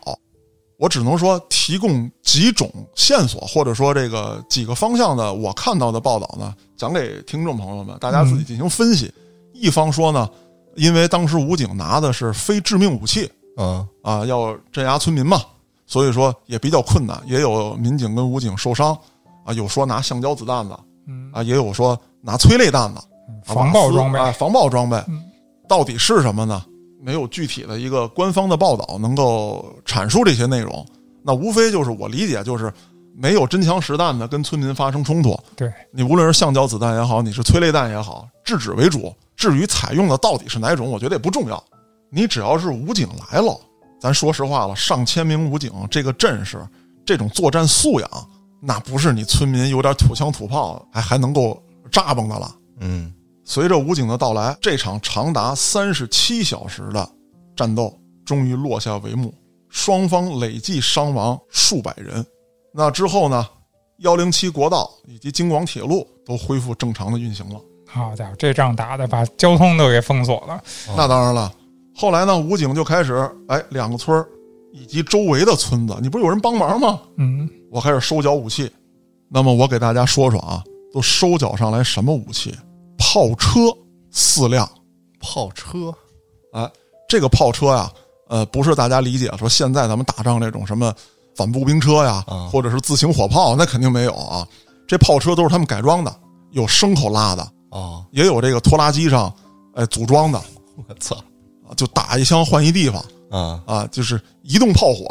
A: 我只能说提供几种线索，或者说这个几个方向的我看到的报道呢，讲给听众朋友们，大家自己进行分析。一方说呢，因为当时武警拿的是非致命武器，
C: 嗯，
A: 啊，要镇压村民嘛，所以说也比较困难，也有民警跟武警受伤，啊，有说拿橡胶子弹的，
B: 嗯，
A: 啊，也有说拿催泪弹的，啊
B: 防爆装备
A: 瓦斯啊，防爆装备
B: 嗯，
A: 到底是什么呢？没有具体的一个官方的报道能够阐述这些内容，那无非就是我理解就是没有真枪实弹的跟村民发生冲突，
B: 对，
A: 你无论是橡胶子弹也好，你是催泪弹也好，制止为主。至于采用的到底是哪种，我觉得也不重要。你只要是武警来了，咱说实话了，上千名武警，这个阵势，这种作战素养，那不是你村民有点土枪土炮还还能够扎蹦的了。
C: 嗯，
A: 随着武警的到来，这场长达三十七小时的战斗终于落下帷幕，双方累计伤亡数百人。那之后呢，幺零七国道以及京广铁路都恢复正常的运行了。
B: 好家伙，啊这仗打的把交通都给封锁了。
C: 哦
A: 那当然了，后来呢，武警就开始，哎，两个村儿以及周围的村子，你不是有人帮忙吗？
B: 嗯，
A: 我开始收缴武器。那么我给大家说说啊，都收缴上来什么武器？炮车四辆。
C: 炮车，
A: 这个炮车呀，呃，不是大家理解说现在咱们打仗那种什么反步兵车呀，
C: 啊
A: 或者是自行火炮，那肯定没有啊。这炮车都是他们改装的，有牲口拉的，
C: 哦，
A: 也有这个拖拉机上，哎，组装的，啊
C: 我操，
A: 就打一枪换一地方
C: 啊
A: 啊，就是移动炮火，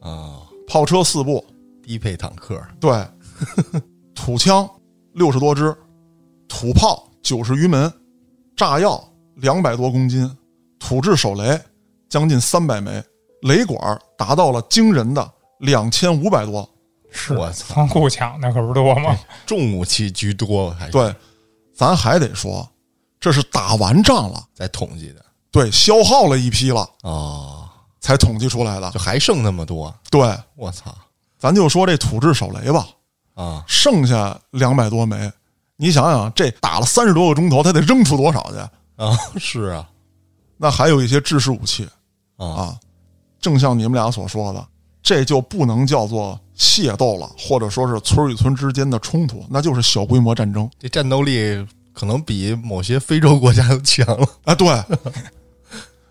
C: 啊，
A: 炮车四部，
C: 低配坦克，
A: 对， 土枪六十多支，土炮九十余门，炸药两百多公斤，土制手雷将近三百枚，雷管达到了惊人的两千五百多。
B: 是
C: 我操
B: 仓库抢的可不是多吗？
C: 重武器居多，还是
A: 对，咱还得说，这是打完仗了，
C: 在统计的，
A: 对，消耗了一批了
C: 哦，
A: 才统计出来的
C: 就。还剩那么多，
A: 对，
C: 我操，
A: 咱就说这土制手雷吧，
C: 啊，
A: 剩下两百多枚，你想想，这打了三十多个钟头，他得扔出多少去？
C: 啊， 是啊，
A: 那还有一些制式武器
C: 啊，
A: 啊，正像你们俩所说的，这就不能叫做械斗了，或者说是村与村之间的冲突，那就是小规模战争
C: 这战斗力可能比某些非洲国家都强了
A: 啊。对，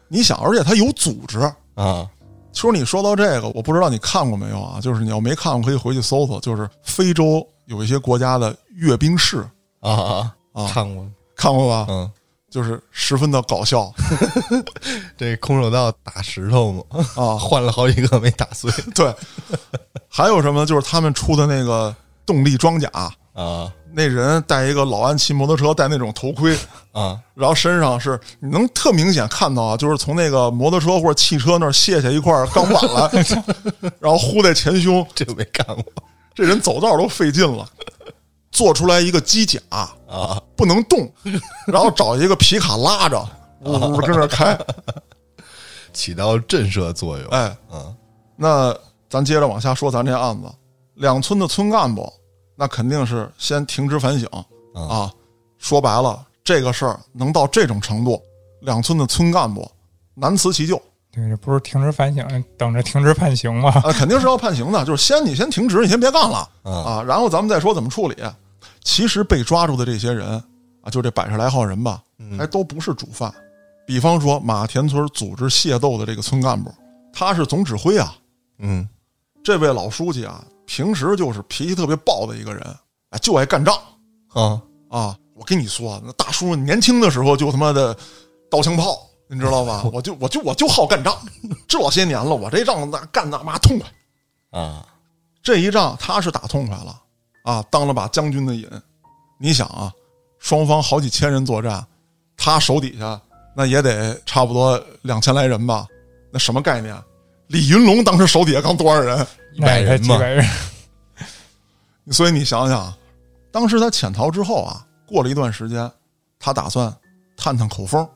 A: 你想，而且它有组织。
C: 啊，
A: 其实你说到这个，我不知道你看过没有啊？就是你要没看过，可以回去搜搜，就是非洲有一些国家的阅兵式，
C: 啊
A: 啊
C: 看过，
A: 看过吧？
C: 嗯，
A: 就是十分的搞笑
C: 这空手道打石头嘛，
A: 啊。
C: 换了好几个没打碎
A: 对，还有什么？就是他们出的那个动力装甲，
C: 啊
A: 那人戴一个老安骑摩托车，戴那种头盔，
C: 啊，
A: 然后身上是你能特明显看到啊，就是从那个摩托车或者汽车那儿卸下一块钢板来，然后糊在前胸，
C: 这没看过
A: 这人走道都费劲了，做出来一个机甲
C: 啊，
A: 不能动，然后找一个皮卡拉着，呜呜跟那儿开，
C: 起到震慑作用，
A: 哎，
C: 嗯
A: 那咱接着往下说，咱这案子，两村的村干部，那肯定是先停职反省
C: 嗯
A: 啊。说白了，这个事儿能到这种程度，两村的村干部难辞其咎
B: 对，这不是停职反省，等着停职判刑
A: 呃
B: 吧？
A: 啊，肯定是要判刑的。就是先你先停职，你先别干了
C: 嗯
A: 啊，然后咱们再说怎么处理。其实被抓住的这些人啊，就这百十来号人吧，
C: 嗯
A: 还都不是主犯。比方说马田村组织械斗的这个村干部，他是总指挥啊。
C: 嗯，
A: 这位老书记啊，平时就是脾气特别暴的一个人，哎，就爱干仗
C: 啊，
A: 啊。我跟你说，那大叔年轻的时候就他妈的刀枪炮，你知道吧？我就我就我就好干仗，这些年了，我这仗那干那妈痛快。
C: 啊，
A: 这一仗他是打痛快了啊，当了把将军的瘾。你想啊，双方好几千人作战，他手底下那也得差不多两千来人吧？那什么概念？啊李云龙当时手底下刚多少人？
C: 一百人
B: 几
C: 嘛，
B: 百人，
A: 所以你想想，当时他潜逃之后啊，过了一段时间，他打算探探口风，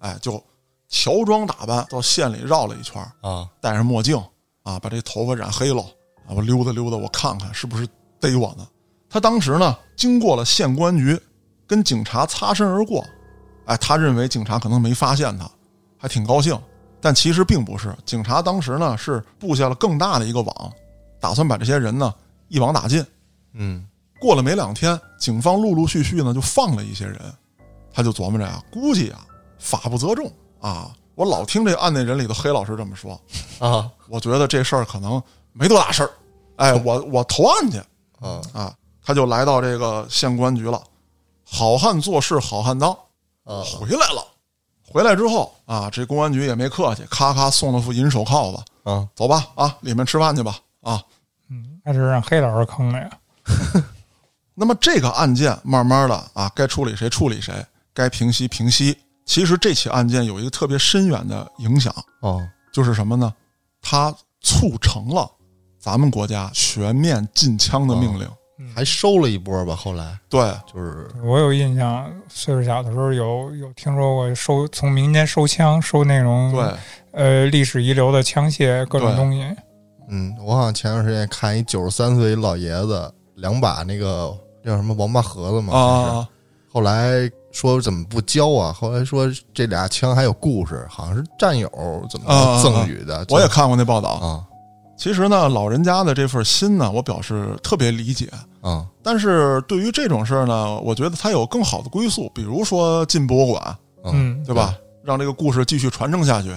A: 哎，就乔装打扮到县里绕了一圈儿，
C: 啊，
A: 戴上墨镜啊，把这头发染黑了啊，我溜达溜达，我看看是不是逮我呢。他当时呢，经过了县公安局，跟警察擦身而过，哎，他认为警察可能没发现他，还挺高兴。但其实并不是，警察当时呢是布下了更大的一个网，打算把这些人呢一网打尽。
C: 嗯，
A: 过了没两天，警方陆陆续续呢就放了一些人，他就琢磨着啊，估计啊法不责众啊，我老听这案内人里的黑老师这么说，
C: 啊，
A: 我觉得这事儿可能没多大事儿，哎，我我投案去
C: 啊，
A: 啊！他就来到这个县公安局了。好汉做事好汉当，
C: 啊，
A: 回来了。回来之后啊，这公安局也没客气，咔咔送了副银手铐子，
C: 啊，
A: 走吧啊，里面吃饭去吧啊。
B: 嗯，那是让黑老师坑了呀。
A: 那么这个案件慢慢的啊，该处理谁处理谁，该平息平息。其实这起案件有一个特别深远的影响，
C: 哦，
A: 就是什么呢？它促成了咱们国家全面禁枪的命令。
B: 啊
C: 还收了一波吧，后来
A: 对，
B: 嗯
C: 就是
B: 我有印象，岁数小的时候有有听说过收从民间收枪，收那种
A: 对，
B: 呃历史遗留的枪械各种
A: 对
B: 东西。
C: 嗯，我好像前段时间看一九十三岁一老爷子，两把那个叫什么王八盒
B: 嗯
C: 子嘛，就是
A: 啊，
C: 后来说怎么不交啊？后来说这俩枪还有故事，好像是战友怎
A: 啊啊啊
C: 么赠予的。
A: 我也看过那报道。
B: 嗯
C: 啊
A: 其实呢，老人家的这份心呢，我表示特别理解。
C: 啊
A: 但是对于这种事儿呢，我觉得他有更好的归宿，比如说进博物馆，
C: 啊！
B: 嗯，
A: 对吧？让这个故事继续传承下去，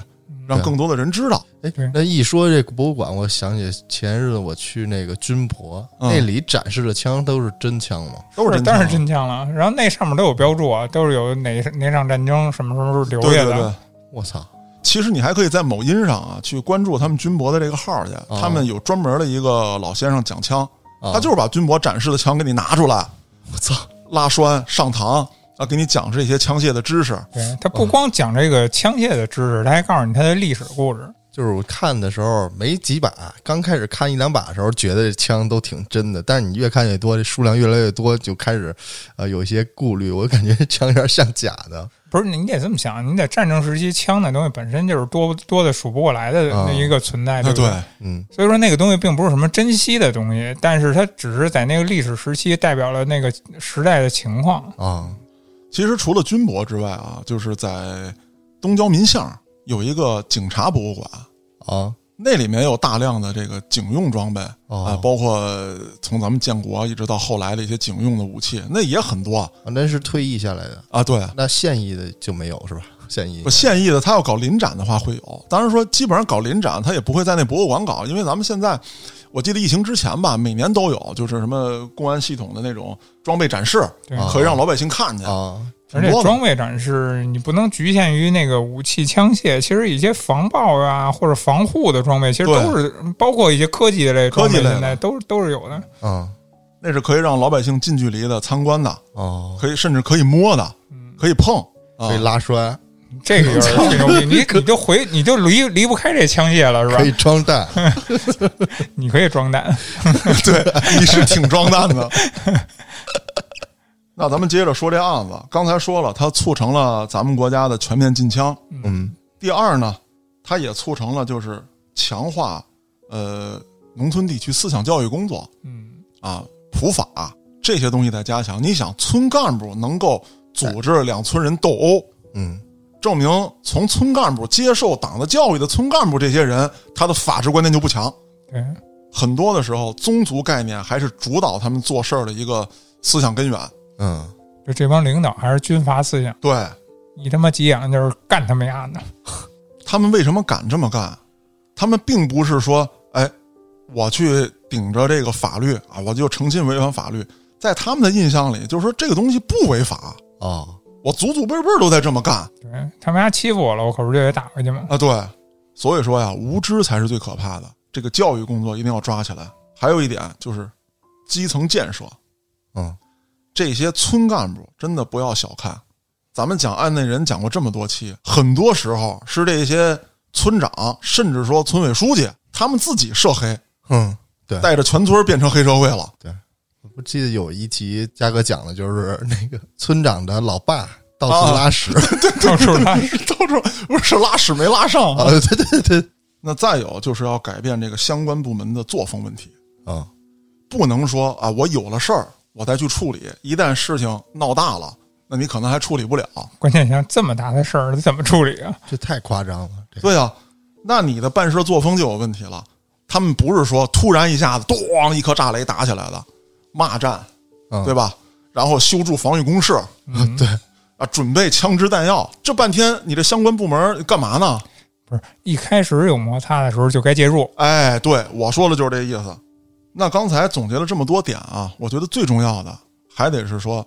A: 让
C: 对
A: 更多的人知道。
C: 哎
B: 对，
C: 那一说这博物馆，我想起前日子我去那个军博，
A: 嗯
C: 那里展示的枪都是真枪吗？
A: 都是
B: 是
A: 真
B: 当然是
A: 枪啊
B: 真枪了。然后那上面都有标注啊，都是有哪哪场战争什么什么时候留
A: 对
B: 下
A: 对对
C: 啊
B: 的。。
C: 我操！
A: 其实你还可以在某音上啊去关注他们军博的这个号去，他们有专门的一个老先生讲枪，
C: 啊、
A: 他就是把军博展示的枪给你拿出来，
C: 我操！
A: 拉栓上膛啊，给你讲这些枪械的知识。
B: 对他不光讲这个枪械的知识，他还告诉你他的历史故事。
C: 就是我看的时候没几把，刚开始看一两把的时候，觉得这枪都挺真的，但是你越看越多，这数量越来越多，就开始呃有一些顾虑。我感觉这枪有点像假的。
B: 不是你得这么想，你在战争时期，枪那东西本身就是多多的数不过来的
C: 啊
B: 那一个存在，
A: 啊
B: 对不对？
C: 嗯
B: 所以说那个东西并不是什么珍惜的东西，但是它只是在那个历史时期代表了那个时代的情况。
C: 啊
A: 其实除了军博之外啊，就是在东郊民巷有一个警察博物馆，
C: 啊
A: 那里面有大量的这个警用装备啊、
C: 哦
A: 包括从咱们建国一直到后来的一些警用的武器，那也很多
C: 啊！那是退役下来的，
A: 啊。对，
C: 那现役的就没有是吧？现役
A: 不现役的，他要搞临展的话会有。当然说，基本上搞临展，他也不会在那博物馆搞，因为咱们现在，我记得疫情之前吧，每年都有，就是什么公安系统的那种装备展示，
B: 对
C: 啊
A: 可以让老百姓看见。
C: 啊
B: 而且
A: 挺多的
B: 装备展示，你不能局限于那个武器枪械，其实一些防爆啊或者防护的装备，其实
A: 对
B: 都是包括一些科技类
A: 科技类的
B: 装备现在都都是有的。
C: 啊
A: 那是可以让老百姓近距离的参观的，
C: 哦，
A: 可以甚至可以摸的，
B: 嗯
A: 可以碰啊
C: 可以。拉栓，
B: 这个有点吹牛 逼，你你就回你就离离不开这枪械了，是
C: 可以
B: 吧？
C: 装弹。
B: 你可以装弹，
A: 对，你是挺装蛋的。 那咱们接着说这案子，刚才说了，它促成了咱们国家的全面禁枪。
C: 嗯
A: 第二呢，它也促成了就是强化呃农村地区思想教育工作
B: 嗯，
A: 啊，普法、这些东西在加强。你想，村干部能够组织两村人斗殴，
C: 嗯
A: 证明从村干部接受党的教育的村干部这些人，他的法治观念就不强。
B: 对，
A: 很多的时候，宗族概念还是主导他们做事儿的一个思想根源。
C: 嗯，
B: 就这帮领导还是军阀思想，
A: 对
B: 你他妈急眼了就是干他们丫的，
A: 他们为什么敢这么干？他们并不是说，哎，我去顶着这个法律啊，我就诚心违反法律。在他们的印象里，就是说这个东西不违法，
C: 哦，
A: 我祖祖辈辈都在这么干
B: 对他们丫欺负我了，我可不是就得打回去吗？
A: 啊。对，所以说呀，无知才是最可怕的。这个教育工作一定要抓起来。还有一点就是基层建设，
C: 嗯，
A: 这些村干部真的不要小看。咱们讲案内人讲过这么多期，很多时候是这些村长，甚至说村委书记，他们自己涉黑，
C: 哼，对，
A: 带着全村变成黑社会了。
C: 我记得有一集嘉哥讲的就是那个村长的老爸到处拉屎，
B: 到处拉屎，
A: 到时候不是拉屎没拉上、
C: 啊，对对对对，
A: 呃那再有就是要改变这个相关部门的作风问题，
C: 啊，
A: 不能说啊，我有了事儿我再去处理，一旦事情闹大了，那你可能还处理不了。
B: 关键像这么大的事儿，怎么处理啊？
C: 这太夸张了，这
A: 对啊，那你的办事作风就有问题了。他们不是说突然一下子咣一颗炸雷打起来的，骂战，
C: 嗯
A: 对吧？然后修筑防御工事
C: 啊对，
A: 啊，准备枪支弹药，这半天你这相关部门干嘛呢？
B: 不是一开始有摩擦的时候就该介入，
A: 哎，对我说的就是这意思。那刚才总结了这么多点啊，我觉得最重要的还得是说，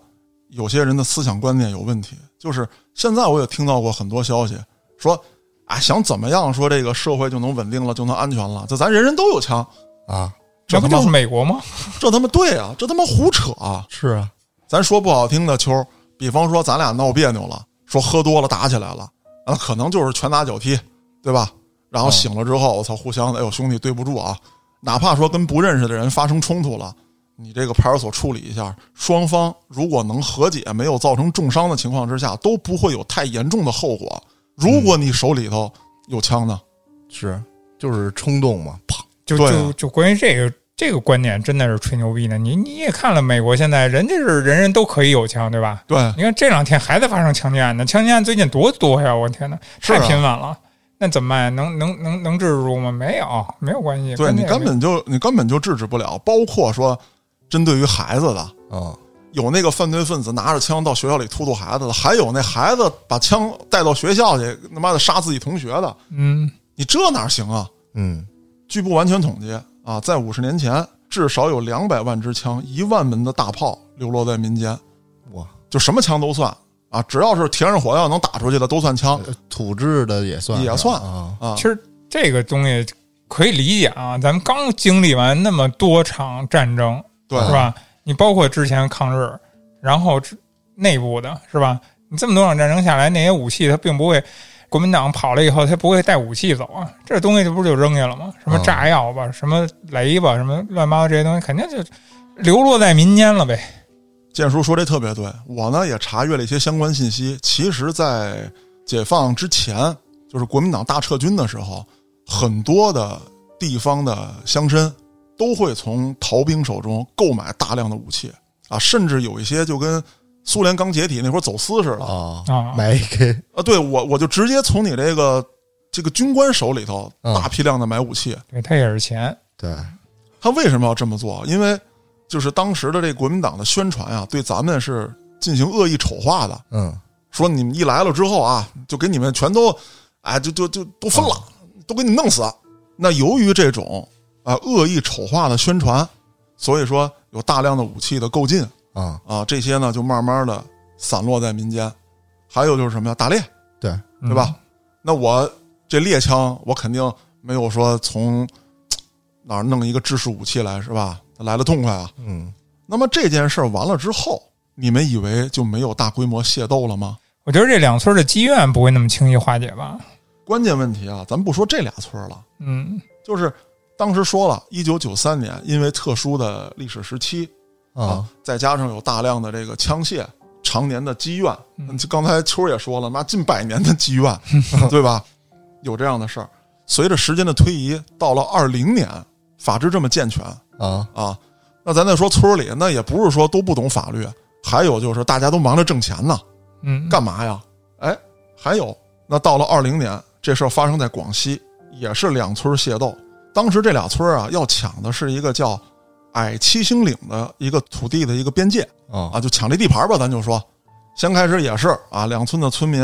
A: 有些人的思想观念有问题。就是现在我也听到过很多消息说，啊，想怎么样说这个社会就能稳定了，就能安全了？这咱人人都有枪，
C: 啊，
A: 这
B: 这
A: 他
B: 不
A: 妈
B: 就是美国吗？
A: 这他妈对啊，这他妈胡扯啊！
C: 是啊，
A: 咱说不好听的，秋儿，比方说咱俩闹别扭了，说喝多了打起来了，啊，可能就是拳打脚踢，对吧？然后
C: 嗯
A: 醒了之后，我操，互相的，哎呦兄弟，对不住啊！哪怕说跟不认识的人发生冲突了，你这个派出所处理一下，双方如果能和解，没有造成重伤的情况之下，都不会有太严重的后果。如果你手里头有枪呢，
C: 是，就是冲动嘛，啪，
B: 就
A: 对啊
B: 就就关于这个这个观点，真的是吹牛逼呢。你你也看了美国现在，人家是人人都可以有枪，对吧？
A: 对，
B: 你看这两天还在发生强奸案呢，强奸案最近多多呀！我天哪，
A: 是啊
B: 太频繁了。那怎么办？能能能能制住吗？没有，没有关系。
A: 对
B: 跟
A: 你
B: 这个
A: 根本就你根本就制止不了，包括说针对于孩子的，
C: 啊，
A: 有那个犯罪分子拿着枪到学校里突突孩子的，还有那孩子把枪带到学校去，他妈的杀自己同学的，
B: 嗯，
A: 你这哪行啊？
C: 嗯，
A: 据不完全统计啊，在五十年前，至少有两百万支枪、一万门的大炮流落在民间，
C: 哇，
A: 就什么枪都算啊，只要是填上火药能打出去的都算枪。
C: 土制的也算
A: 也算
C: 啊，
A: 啊
B: 其，实这个东西可以理解啊。咱们刚经历完那么多场战争，
A: 对
B: 是吧？你包括之前抗日，然后之内部的是吧？你这么多场战争下来，那些武器它并不会，国民党跑了以后，他不会带武器走啊，这东西这不是就扔下了吗？什么
C: 嗯
B: 炸药吧，什么雷吧，什么乱七八糟这些东西，肯定就流落在民间了呗。
A: 建叔说这特别对，我呢也查阅了一些相关信息。其实，在解放之前，就是国民党大撤军的时候，很多的地方的乡绅都会从逃兵手中购买大量的武器啊，甚至有一些就跟苏联刚解体那会儿走私似的
C: 啊
B: 啊
C: 买一个
A: 啊，对我我就直接从你这个这个军官手里头
C: 嗯
A: 大批量的买武器。
B: 对，它也是钱，
C: 对，
A: 他为什么要这么做？因为就是当时的这国民党的宣传啊，对咱们是进行恶意丑化的。
C: 嗯，
A: 说你们一来了之后啊，就给你们全都，哎，就就就都分了，都给你弄死。那由于这种啊恶意丑化的宣传，所以说有大量的武器的购进
C: 啊，
A: 啊，这些呢就慢慢的散落在民间。还有就是什么呀，打猎，
C: 对，
B: 嗯
A: 对吧？？那我这猎枪，我肯定没有说从哪儿弄一个制式武器来，是吧？来的痛快啊。
C: 嗯，
A: 那么这件事儿完了之后，你们以为就没有大规模械斗了吗？
B: 我觉得这两村的积怨不会那么轻易化解吧？
A: 关键问题啊，咱不说这俩村儿了，
B: 嗯，
A: 就是当时说了，一九九三年因为特殊的历史时期
C: 啊，
A: 再加上有大量的这个枪械，常年的积怨，
B: 嗯
A: 就刚才秋儿也说了，妈近百年的积怨， 对吧？有这样的事儿。随着时间的推移，到了二零年，法制这么健全
C: 啊，
A: 啊，那咱再说村儿里，那也不是说都不懂法律，还有就是大家都忙着挣钱呢，
B: 嗯，
A: 干嘛呀？哎，还有，那到了二零年，这事儿发生在广西，也是两村械斗。当时这俩村儿啊，要抢的是一个叫矮七星岭的一个土地的一个边界
C: 啊
A: 啊，就抢这地盘吧，咱就说，先开始也是啊，两村的村民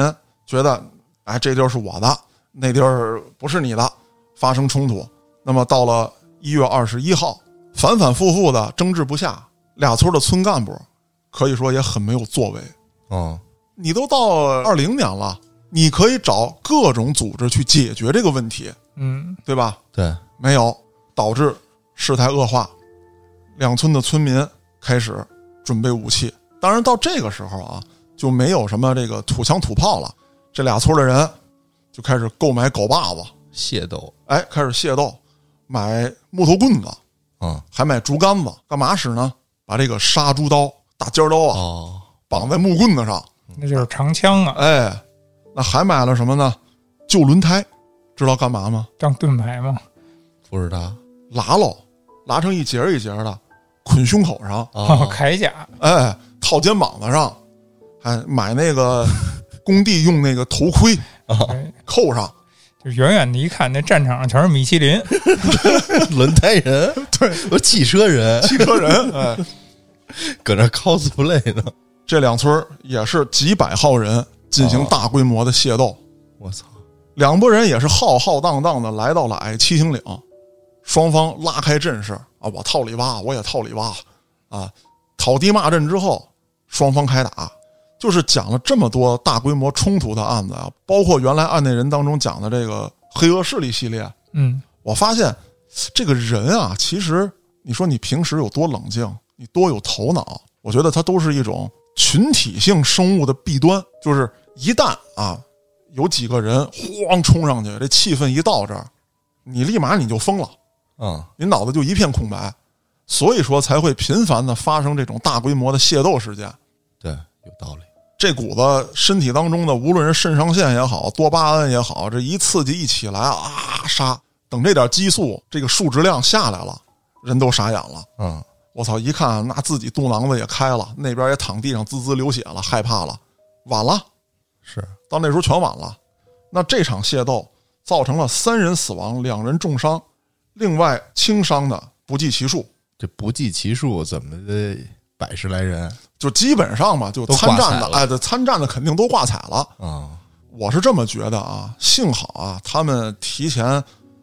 A: 觉得，哎，这地儿是我的，那地儿不是你的，发生冲突。那么到了一月二十一号，反反复复的争执不下，俩村的村干部可以说也很没有作为。
C: 啊
A: 你都到二零年了，你可以找各种组织去解决这个问题，
B: 嗯，
A: 对吧？
C: 对，
A: 没有，导致事态恶化。两村的村民开始准备武器。当然，到这个时候啊，就没有什么这个土枪土炮了。这俩村的人就开始购买镐把子，
C: 械斗
A: 哎，开始械斗，买木头棍子，
C: 啊
A: 还买竹竿子，干嘛使呢？把这个杀猪刀、大尖刀啊，
C: 哦
A: 绑在木棍子上。
B: 那就是长枪啊，
A: 哎，那还买了什么呢？旧轮胎，知道干嘛吗？
B: 当盾牌嘛。
C: 不是他
A: 拉喽，拉成一节儿一节儿的，捆胸口上，
B: 哦，
C: 啊
B: 铠甲，
A: 哎，套肩膀子上，还买那个工地用那个头盔
B: 哎
A: 扣上，
B: 就远远的一看，那战场上全是米其林，
C: 轮胎人，对，我汽车人
A: 汽车 人，哎，
C: 搁那 cosplay 呢，
A: 这两村儿也是几百号人进行
C: 哦
A: 大规模的械斗，
C: 我操，
A: 两拨人也是浩浩荡荡的来到了矮七星岭，双方拉开阵势啊，我套里挖，我也套里挖，啊，讨地骂阵之后，双方开打，就是讲了这么多大规模冲突的案子啊，包括原来案内人当中讲的这个黑恶势力系列，
B: 嗯，
A: 我发现这个人啊，其实你说你平时有多冷静，你多有头脑，我觉得他都是一种群体性生物的弊端，就是一旦啊有几个人咣冲上去，这气氛一到这儿，你立马你就疯了，
C: 啊
A: 你脑子就一片空白，所以说才会频繁的发生这种大规模的械斗事件。
C: 对，有道理，
A: 这股子身体当中的，无论是肾上腺也好，多巴胺也好，这一刺激一起来啊，杀！等这点激素这个数值量下来了，人都傻眼了。
C: 嗯
A: 我操！一看那自己肚囊子也开了，那边也躺地上滋滋流血了，害怕了，晚了，
C: 是
A: 到那时候全晚了。那这场械斗造成了三人死亡，两人重伤，另外轻伤的不计其数，
C: 这不计其数，怎么的百十来人
A: 就基本上吧，就
C: 都
A: 参战
C: 挂彩
A: 的，
C: 了
A: 哎，对，参战的肯定都挂彩了。
C: 啊，
A: 我是这么觉得啊，幸好啊，他们提前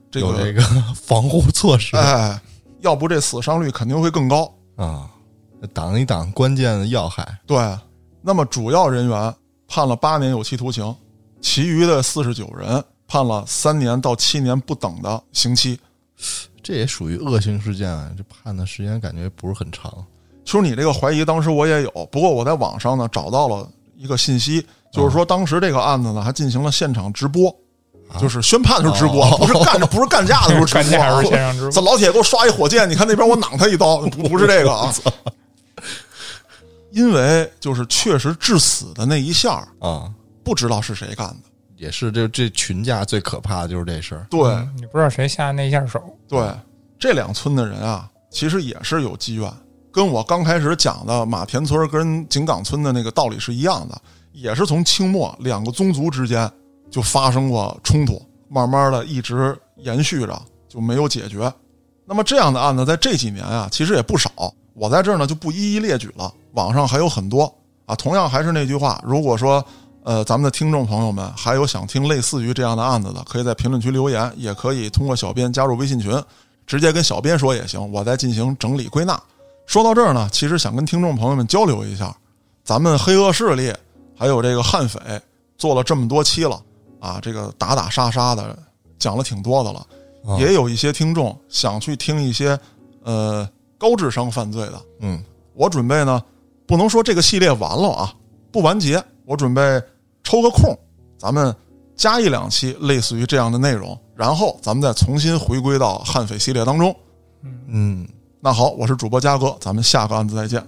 A: 这
C: 有
A: 个，
C: 这个 防护措施
A: 哎，要不这死伤率肯定会更高。
C: 啊，挡一挡关键的要害
A: 对，那么主要人员判了八年有期徒刑，其余的四十九人判了三年到七年不等的刑期。
C: 这也属于恶性事件啊，这判的时间感觉不是很长。
A: 其实你这个怀疑，当时我也有，不过我在网上呢找到了一个信息，就是说当时这个案子呢还进行了现场直播，就是宣判的时候直播，
C: 哦
A: 不是干不是干架的时候直播
B: 干
A: 啊、
B: 架是线上直
A: 这
B: 播，
A: 老铁给我刷一火箭，你看那边我攮他一刀，不不是这个啊。因为就是确实致死的那一下儿，
C: 啊，
A: 不知道是谁干的。
C: 也是这这群架最可怕的就是这事儿。
A: 对、
B: 嗯你不知道谁下那一下手，
A: 对，这两村的人啊，其实也是有积怨，跟我刚开始讲的马田村跟井冈村的那个道理是一样的，也是从清末两个宗族之间就发生过冲突，慢慢的一直延续着，就没有解决。那么这样的案子在这几年啊，其实也不少，我在这儿呢就不一一列举了，网上还有很多啊。同样还是那句话，如果说呃咱们的听众朋友们还有想听类似于这样的案子的，可以在评论区留言，也可以通过小编加入微信群，直接跟小编说也行，我再进行整理归纳。说到这儿呢，其实想跟听众朋友们交流一下，咱们黑恶势力还有这个悍匪做了这么多期了啊，这个打打杀杀的讲了挺多的了。
C: 啊
A: 也有一些听众想去听一些呃高智商犯罪的。
C: 嗯，
A: 我准备呢，不能说这个系列完了啊，不完结，我准备抽个空，咱们加一两期类似于这样的内容，然后咱们再重新回归到悍匪系列当中。
C: 嗯，
A: 那好，我是主播嘉哥，咱们下个案子再见，